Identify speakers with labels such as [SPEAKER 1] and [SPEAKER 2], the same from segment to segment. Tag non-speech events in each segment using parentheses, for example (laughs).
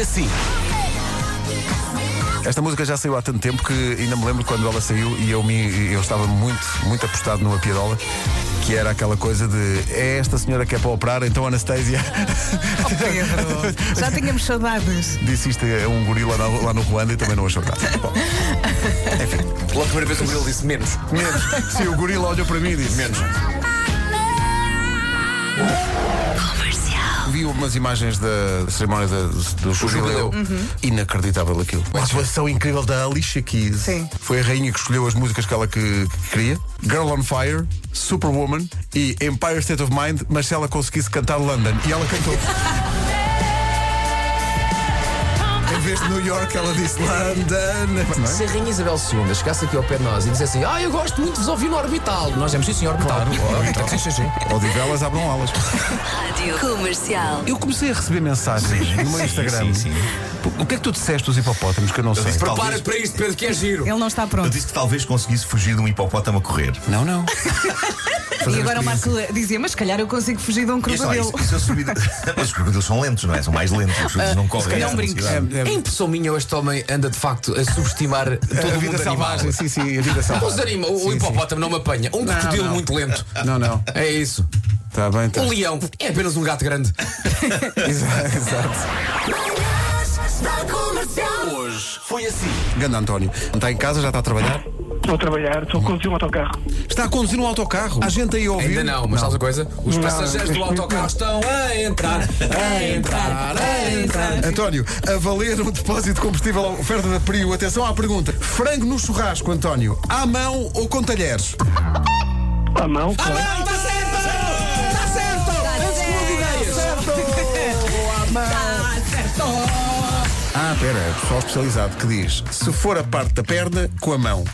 [SPEAKER 1] assim.
[SPEAKER 2] Esta música já saiu há tanto tempo que ainda me lembro quando ela saiu e eu, me, eu estava muito, muito apostado numa piadola. Que era aquela coisa de é esta senhora que é para operar, então Anastasia
[SPEAKER 3] Pedro, já tínhamos
[SPEAKER 2] (laughs)
[SPEAKER 3] saudades.
[SPEAKER 2] disse isto a um gorila lá, lá no Ruanda e também não achou graça. Bom, enfim,
[SPEAKER 1] Pela primeira vez o Murilo disse menos.
[SPEAKER 2] menos. Sim, o gorila olhou para mim e disse: menos. Vi umas imagens da cerimónia da, do jubileu. Inacreditável aquilo. Uma atuação incrível da Alicia Keys.
[SPEAKER 3] Sim.
[SPEAKER 2] Foi a rainha que escolheu as músicas que ela que, que queria. Girl on Fire, Superwoman e Empire State of Mind, mas se ela conseguisse cantar London. E ela cantou. em vez de New York, ela disse London. Não é?
[SPEAKER 1] Se a Rainha Isabel II chegasse aqui ao pé de nós e dissesse assim: Ah, eu gosto muito de vos ouvir no orbital. Nós dizemos sim, senhor, orbital. Orbital. Sim, sim, sim.
[SPEAKER 2] é? Ou de velas abram alas.
[SPEAKER 4] Rádio Comercial.
[SPEAKER 2] Eu comecei a receber mensagens no meu Instagram. O que é que tu disseste dos hipopótamos que eu não sei?
[SPEAKER 5] disse para-
[SPEAKER 1] Prepara-te para isto, Pedro, que é giro.
[SPEAKER 3] Ele não está
[SPEAKER 5] Eu
[SPEAKER 3] pronto.
[SPEAKER 5] disse que talvez conseguisse fugir de um hipopótamo a correr.
[SPEAKER 2] Não, não.
[SPEAKER 3] E agora o Marco dizia, mas se calhar eu consigo fugir de um
[SPEAKER 5] E é só
[SPEAKER 3] crocodilo. (laughs)
[SPEAKER 5] isso. E se eu subir de- Mas os crocodilos são lentos, não é? São mais lentos. Eles não correm.
[SPEAKER 3] calhar
[SPEAKER 5] a
[SPEAKER 3] um brinco.
[SPEAKER 5] velocidade.
[SPEAKER 1] Em pessoa minha, este homem anda de facto a subestimar todo
[SPEAKER 2] É. a
[SPEAKER 1] o
[SPEAKER 2] vida
[SPEAKER 1] mundo
[SPEAKER 2] selvagem,
[SPEAKER 1] animal.
[SPEAKER 2] sim, sim, a vida selvagem.
[SPEAKER 1] Os anima, o hipopótamo não me apanha. Um crocodilo
[SPEAKER 2] não.
[SPEAKER 1] muito lento.
[SPEAKER 2] (laughs) Não, não.
[SPEAKER 1] É isso.
[SPEAKER 2] Está bem, tá. está.
[SPEAKER 1] O leão é apenas um gato grande.
[SPEAKER 2] Exato. (laughs) exato.
[SPEAKER 1] Hoje foi assim.
[SPEAKER 2] Ganda António. Não Está em casa, já está a trabalhar?
[SPEAKER 6] Vou trabalhar, estou a conduzir um autocarro.
[SPEAKER 2] Está a conduzir um autocarro. Há gente aí a ouvir.
[SPEAKER 1] Ainda não, mas sabes a coisa? Os
[SPEAKER 6] Não,
[SPEAKER 1] passageiros do
[SPEAKER 6] não.
[SPEAKER 1] autocarro estão a entrar, a entrar, a entrar.
[SPEAKER 2] António, a valer um depósito de combustível à oferta da Prio. Atenção à pergunta. Frango no churrasco, António. À mão ou com talheres?
[SPEAKER 6] À mão, claro.
[SPEAKER 1] Não, está certo! Está certo!
[SPEAKER 2] Ah, pera, é pessoal especializado que diz: se for a parte da perna, com a mão.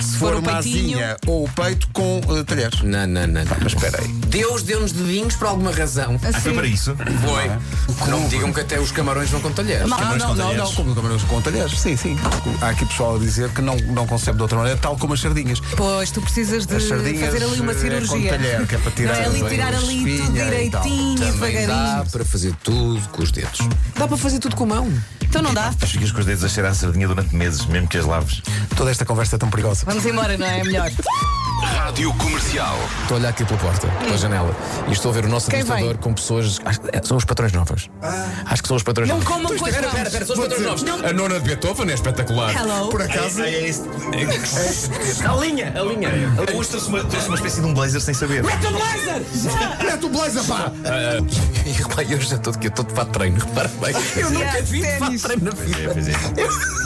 [SPEAKER 2] se for,
[SPEAKER 3] for o
[SPEAKER 2] uma
[SPEAKER 3] peitinho.
[SPEAKER 2] asinha ou o peito, com eh, talheres.
[SPEAKER 1] Não, não, não. não.
[SPEAKER 2] Mas espera aí.
[SPEAKER 1] Deus deu-nos dedinhos por alguma razão.
[SPEAKER 3] Assim,
[SPEAKER 5] Ah, foi para isso.
[SPEAKER 1] Foi. Não me digam que até os camarões vão com talheres.
[SPEAKER 2] Ah,
[SPEAKER 5] Camarões
[SPEAKER 2] não,
[SPEAKER 5] com
[SPEAKER 2] não,
[SPEAKER 5] talheres.
[SPEAKER 2] não, como camarões com talheres, sim, sim. Há aqui pessoal a dizer que não, não concebe de outra maneira, tal como as sardinhas.
[SPEAKER 3] Pois, tu precisas de
[SPEAKER 2] As sardinhas,
[SPEAKER 3] fazer ali uma
[SPEAKER 2] eh,
[SPEAKER 3] cirurgia.
[SPEAKER 2] com talher, que é para tirar
[SPEAKER 3] Não, é ali
[SPEAKER 2] bem
[SPEAKER 3] tirar
[SPEAKER 2] a
[SPEAKER 3] ali tudo
[SPEAKER 2] espinha e tal.
[SPEAKER 3] direitinho,
[SPEAKER 1] Também dá
[SPEAKER 3] devagarinho.
[SPEAKER 1] para fazer tudo com os dedos. Dá para fazer tudo com a mão.
[SPEAKER 3] Então não dá.
[SPEAKER 5] Mas ficas com os dedos a cheirar a sardinha durante meses, mesmo que as laves.
[SPEAKER 2] Toda esta conversa é tão perigosa.
[SPEAKER 3] Vamos embora, não é? Melhor.
[SPEAKER 7] Rádio Comercial.
[SPEAKER 1] Estou a olhar aqui pela porta, pela janela, e estou a ver o nosso
[SPEAKER 3] Quem
[SPEAKER 1] administrador
[SPEAKER 3] vem?
[SPEAKER 1] com pessoas. acho- é, são os patrões novos. Acho que são os patrões
[SPEAKER 3] Não
[SPEAKER 1] novos.
[SPEAKER 3] comam com as
[SPEAKER 1] Espera,
[SPEAKER 3] mãos.
[SPEAKER 1] espera, espera, são os
[SPEAKER 3] Vou
[SPEAKER 1] patrões novos.
[SPEAKER 3] dizer,
[SPEAKER 1] A nona de Beethoven é espetacular.
[SPEAKER 3] Hello.
[SPEAKER 2] Por
[SPEAKER 5] (laughs)
[SPEAKER 2] acaso,
[SPEAKER 5] Ai, ai, é isso.
[SPEAKER 1] A linha, a linha.
[SPEAKER 5] Hoje trouxe uma, trouxe uma espécie de um blazer sem saber.
[SPEAKER 2] mete o blazer, pá!
[SPEAKER 1] (laughs) E repara, eu já estou de quê? Estou de fato de treino, repara bem. Eu
[SPEAKER 3] nunca vi de fato de
[SPEAKER 1] treino na vida.
[SPEAKER 5] É, pois é.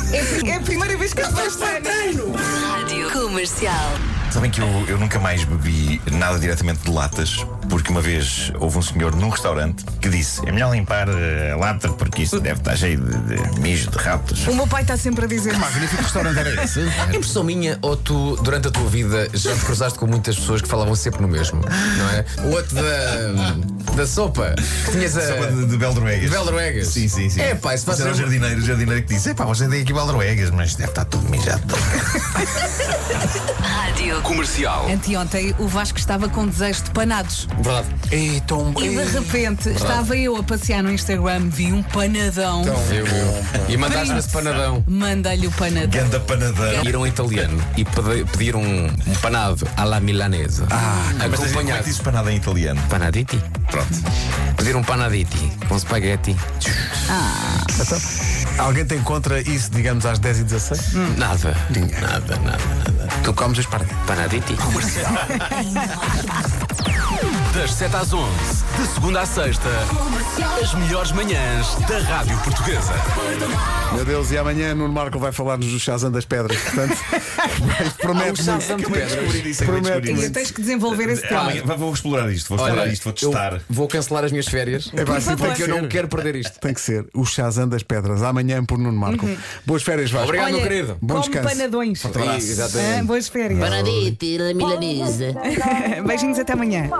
[SPEAKER 1] (laughs)
[SPEAKER 3] É, é a primeira vez que eu faço treino.
[SPEAKER 4] Rádio Comercial.
[SPEAKER 5] Sabem que eu, eu nunca mais bebi nada diretamente de latas, porque uma vez houve um senhor num restaurante que disse: é melhor limpar eh, a lata porque isso deve estar cheio de, de mijo, de ratos.
[SPEAKER 3] O meu pai está sempre a dizer
[SPEAKER 2] Magnífico restaurante era
[SPEAKER 5] (laughs)
[SPEAKER 2] esse.
[SPEAKER 1] Impressão minha, ou tu, durante a tua vida, já te cruzaste com muitas pessoas que falavam sempre no mesmo, não é? O outro da. da sopa. Tinhas a.
[SPEAKER 5] Sopa de, de Beldroegas.
[SPEAKER 1] Beldroegas?
[SPEAKER 5] Sim, sim, sim.
[SPEAKER 1] É, pá, isso faz
[SPEAKER 5] Mas era o
[SPEAKER 1] ser-
[SPEAKER 5] jardineiro, o jardineiro que disse: é pá, você tem aqui Beldroegas, mas deve estar tudo mijado.
[SPEAKER 4] Rádio
[SPEAKER 7] Comercial.
[SPEAKER 3] Anteontem o Vasco estava com desejo de panados
[SPEAKER 1] Verdade.
[SPEAKER 2] Ei, É tão
[SPEAKER 3] e de repente estava eu a passear no Instagram, vi um panadão,
[SPEAKER 2] Então.
[SPEAKER 1] Eu, eu. E mandaste-me esse panadão.
[SPEAKER 3] mandei-lhe o panadão.
[SPEAKER 5] Ganda panadão.
[SPEAKER 1] Ir a um italiano e pede- pedir um, um panado à la milanesa. Ah,
[SPEAKER 5] Mas tens- como é
[SPEAKER 1] acompanhado.
[SPEAKER 5] que dizes para nada em italiano?
[SPEAKER 1] Panaditi?
[SPEAKER 5] Pronto.
[SPEAKER 1] Pedir um panaditi com spaghetti.
[SPEAKER 2] Alguém tem contra isso, digamos, às 10h16?
[SPEAKER 1] Nada. Nada, nada, nada.
[SPEAKER 2] Tu comes esparguete.
[SPEAKER 1] Panaditi.
[SPEAKER 7] Das 7 às 11, de segunda à sexta, as melhores manhãs da Rádio Portuguesa.
[SPEAKER 2] Meu Deus, e amanhã Nuno Marco vai falar-nos do Shazam das Pedras.
[SPEAKER 1] (laughs)
[SPEAKER 2] Portanto,
[SPEAKER 1] Ah,
[SPEAKER 2] promete
[SPEAKER 5] Acabei de descobrir isso, acabei de
[SPEAKER 2] Prometo.
[SPEAKER 5] descobrir
[SPEAKER 3] E
[SPEAKER 5] isso.
[SPEAKER 3] tens que desenvolver esse plano.
[SPEAKER 5] Amanhã- Vou explorar isto, vou explorar isto, vou testar.
[SPEAKER 1] vou cancelar as minhas férias.
[SPEAKER 2] É pá, sim, tem que
[SPEAKER 1] porque eu
[SPEAKER 2] ser.
[SPEAKER 1] não quero perder isto. Uhum.
[SPEAKER 2] Tem que ser o Shazam das Pedras. Amanhã por Nuno Marco. Boas férias, Vasco.
[SPEAKER 1] Obrigado, meu
[SPEAKER 3] Olha,
[SPEAKER 1] querido.
[SPEAKER 2] Bom
[SPEAKER 3] Como
[SPEAKER 2] descanso.
[SPEAKER 3] panadões.
[SPEAKER 1] Exatamente.
[SPEAKER 3] Ah, boas férias.
[SPEAKER 8] Benedito, la milanese.
[SPEAKER 3] (laughs) Beijinhos até amanhã.